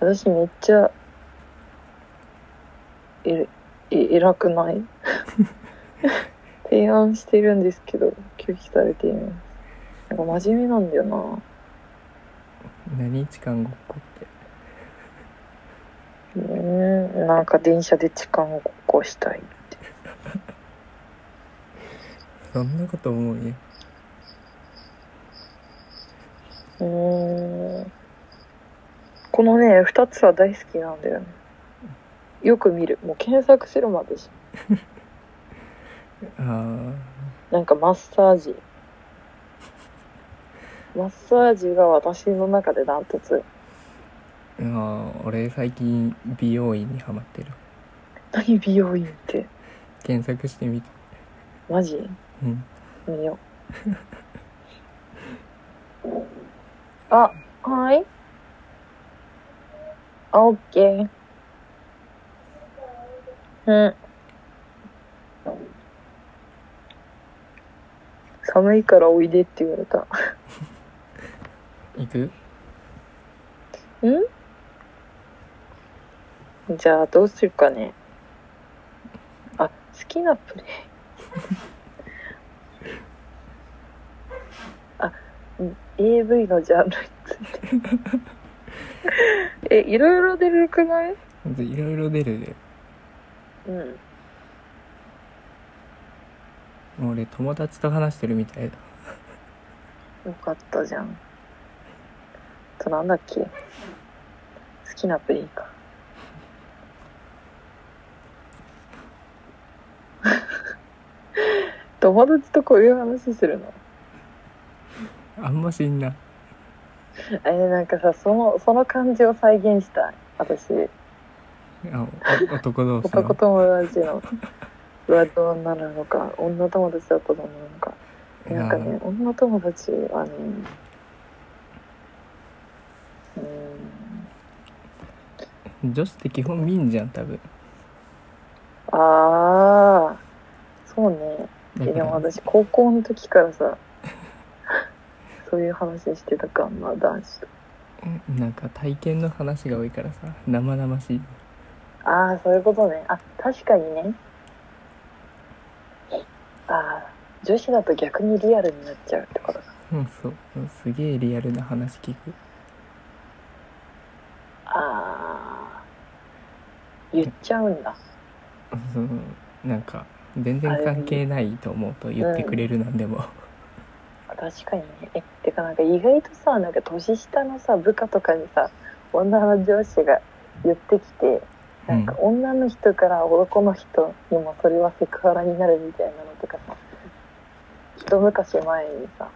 私めっちゃええ偉くない提案してるんですけど拒否されていますなんか真面目なんだよな何時間ごっこってうーんなんか電車で痴漢を起こしたいってそんなこと思うようーんこのね2つは大好きなんだよねよく見るもう検索するまでしあーなんかマッサージマッサージが私の中でダントツあー俺最近美容院にハマってる何美容院って検索してみたマジうん見ようあはいあオッケーうん寒いからおいでって言われた行くじゃあどうするかねあ好きなプレイあうん AV のジャンルについてえいろいろ出るくないいろいろ出るでうんもう俺友達と話してるみたいだよかったじゃんあとなんだっけ好きなプレイか 友達とこういう話するのあんましんなえーなんかさそのその感じを再現したい私あお男同士男の友達のうわどうなるのか女友達だとどうなるのかいやなんかね女友達はねうーん女子って基本見んじゃん多分ああそうねだえでもから私高校の時から さそういう話してたかまあ男子となんか体験の話が多いからさ生々しいああそういうことねあ確かにねああ女子だと逆にリアルになっちゃうってことかうんそうすげえリアルな話聞くあー言っちゃうんだそうなんか全然関係ないと思うと言ってくれるなんでも、確かにねえてかなんか意外とさなんか年下のさ部下とかにさ女の上司が言ってきてなんか女の人から男の人にもそれはセクハラになるみたいなのとかさ一昔前にさ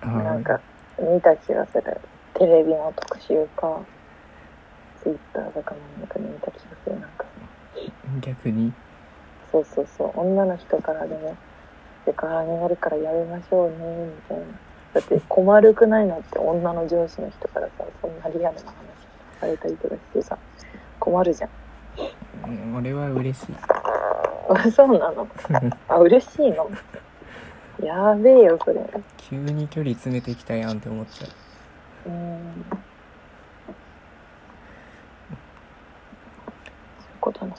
あーなんか見た気がするテレビの特集かツイッターとかなんかで見た気がするなんか逆にそうそうそう女の人からでもセクハラになるからやめましょうねみたいなだって困るくないなって女の上司の人からさそんなリアルな話されたりとかしてさ困るじゃん うん俺は嬉しいあそうなのあ嬉しいのやべえよそれ急に距離詰めてきたやんって思っちゃううんそういうことな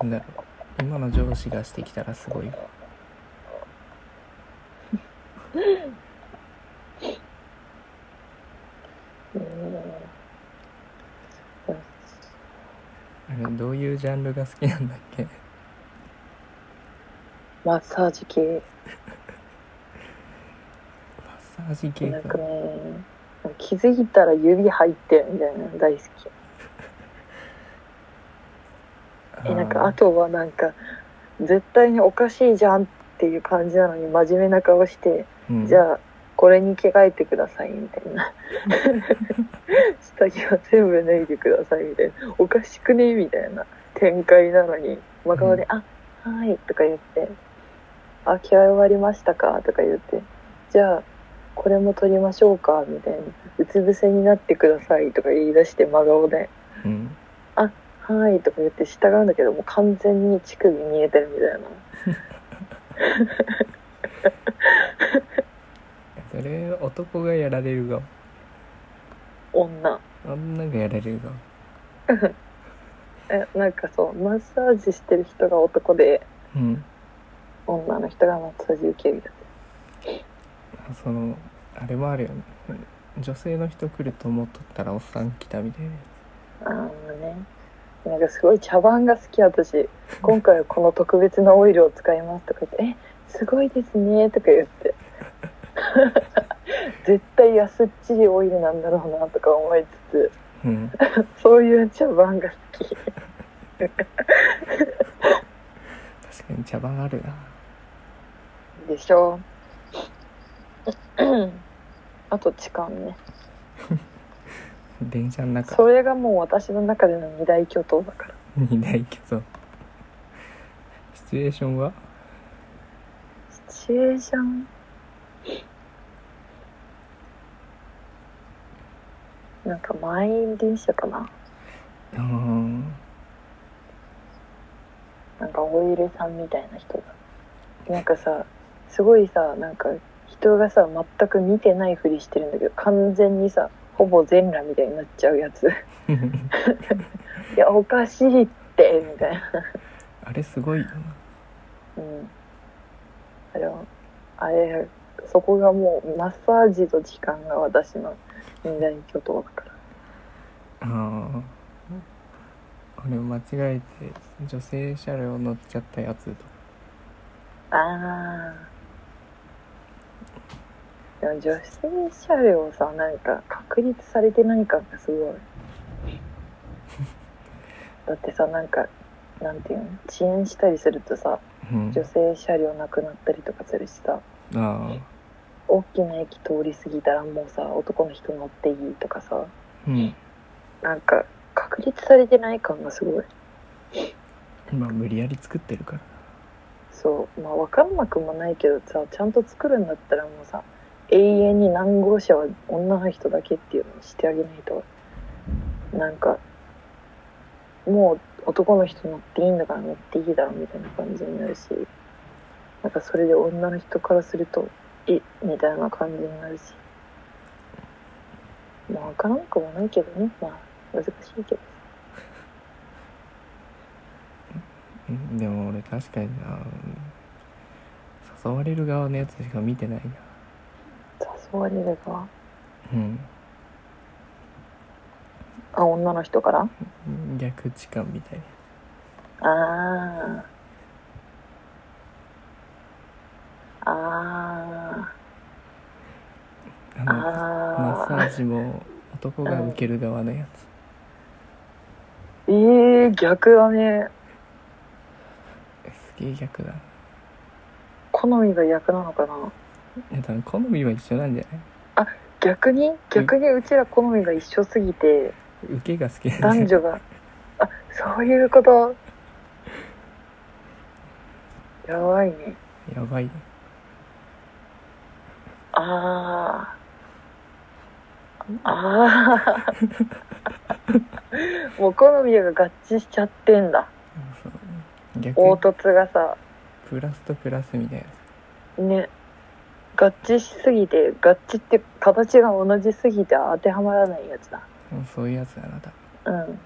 なんだろう今の上司がしてきたらすごいうんあれどういうジャンルが好きなんだっけマッサージ系マッサージ系なんかかね気づいたら指入ってるみたいなの大好きえなんかああとはなんか絶対におかしいじゃんっていう感じなのに真面目な顔して、ーうんじゃあこれに着替えてくださいみたい な下着は全部脱いでくださいみたいなおかしくねみたいな展開なのに真顔で「あはい」とか言って「あ着替え終わりましたか」とか言って「じゃあこれも取りましょうか」みたいな「うつ伏せになってください」とか言い出して真顔でうんはいとか言って従うんだけどもう完全に乳首見えてるみたいなそれ男がやられるが女女がやられるのえなんかそうマッサージしてる人が男でうん女の人がマッサージ受けるやあそのあれもあるよね女性の人来ると思っとったらおっさん来たみたいなやつああねなんかすごい茶番が好き私今回はこの特別なオイルを使いますとか言って「えすごいですね」とか言って 絶対安っちいオイルなんだろうなとか思いつつつうんそういう茶番が好き確かに茶番あるなでしょあと痴漢ね電車の中それがもう私の中での二大巨頭だからにないけどシチュエーションはシチュエーションなんか満員電車かなうーんなんかオイルさんみたいな人がなんかさすごいさなんか人がさ全く見てないふりしてるんだけど完全にさほぼ全裸みたいになっちゃうやついやおかしいってみたいなあれすごいよなうんあれはあれそこがもうマッサージと時間が私の二大巨頭だからああ俺間違えて女性車両乗っちゃったやつとあーでも女性車両さなんか確立されてない感がすごいだってさなんかなんていうの遅延したりするとさうん女性車両なくなったりとかするしさあ大きな駅通り過ぎたらもうさ男の人乗っていいとかさあうんなんか確立されてない感がすごい今無理やり作ってるからそうまあ分かんなくもないけどさちゃんと作るんだったらもうさ永遠に何号車は女の人だけっていうのにしてあげないとなんかもう男の人乗っていいんだから乗っていいだろみたいな感じになるしなんかそれで女の人からするとえみたいな感じになるしまあ分からんくもないけどねまあ難しいけどうんでも俺確かにな誘われる側のやつしか見てないな誘われればうんあ女の人から逆痴漢みたいなああ。あああ。のマッサああ。ージも男が受ける側のやえつえ逆だね。すげえ逆だ好みが逆なのかな。いや多分好みは一緒なんじゃない逆に逆にうちら好みが一緒すぎ て、受けが好きなんじゃ男女ないが。あ、そういうこと。やばいね。やばいねああ。あ あ。もう好みが合致しちゃってんだ。そう逆凹に凸がさ。プラスとプラスみたいなね合致しすぎて合致って形が同じすぎて当てはまらないやつだうんそういうやつだな多分うん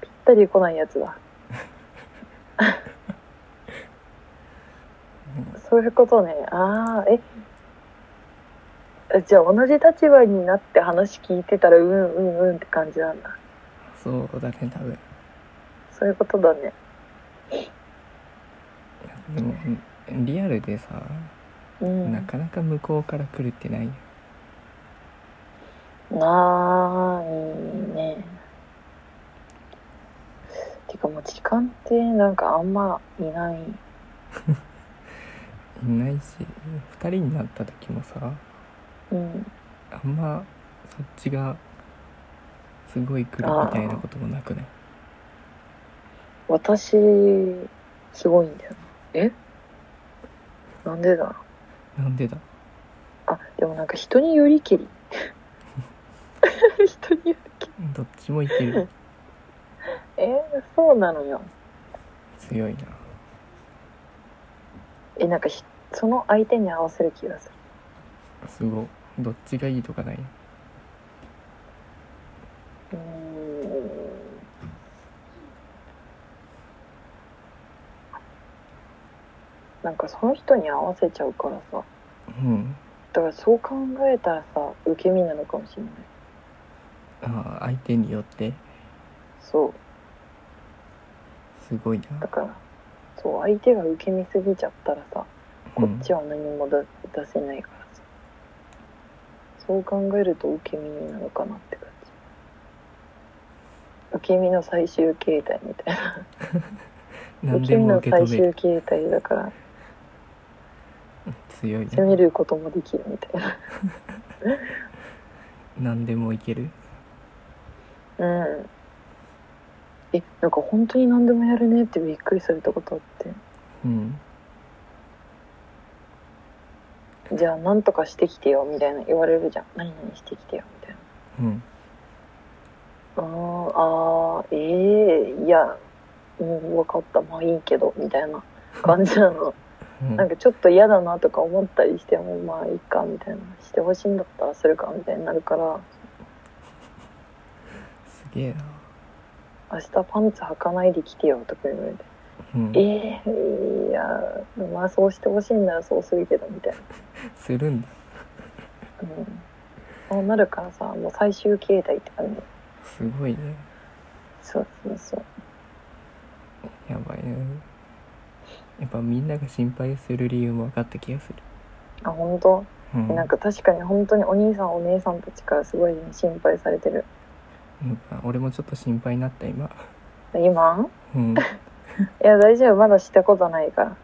ぴったり来ないやつだそういうことねああええじゃあ同じ立場になって話聞いてたらうんうんうんって感じなんだそうだね多分そういうことだねでもリアルでさ、うんなかなか向こうから来るってないよないねてかもう時間ってなんかあんまいないいないし2人になった時もさうんあんまそっちがすごい来るみたいなこともなくない私すごいんだよなえなんでだろうなんでだあでもなんか人によりけり人によりけりどっちもいけるえーそうなのよ強いなえなんかひその相手に合わせる気がするすごいどっちがいいとかないなんかその人に合わせちゃうからさうんだからそう考えたらさ受け身なのかもしれないああ相手によってそうすごいだなからそう相手が受け身すぎちゃったらさこっちはは何もだ出せないからさそう考えると受け身なのかなって感じ受け身の最終形態みたいな何受けで身もの受け最止め終る形態だから強いね攻めることもできるみたいな何でもいけるうんえなんか本当に何でもやるねってびっくりされたことあってうんじゃあ何とかしてきてよみたいな言われるじゃん何々してきてよみたいなうんあーあーええいやうん分かったまあいいけどみたいな感じなのうんなんかちょっと嫌だなとか思ったりしてもまあいいかみたいなしてほしいんだったらするかみたいになるからすげえな明日パンツ履かないで来てよとか言われて、うんええいやまあそうしてほしいんならそうするけどみたいなするんだうんそうなるからさもう最終形態って感じすごいねそうそうそうやばいねやっぱみんなが心配する理由も分かった気がするあ本当うんなんか確かに本当にお兄さんお姉さんたちからすごい心配されてるうん俺もちょっと心配になった今今うんいや大丈夫まだしたことないから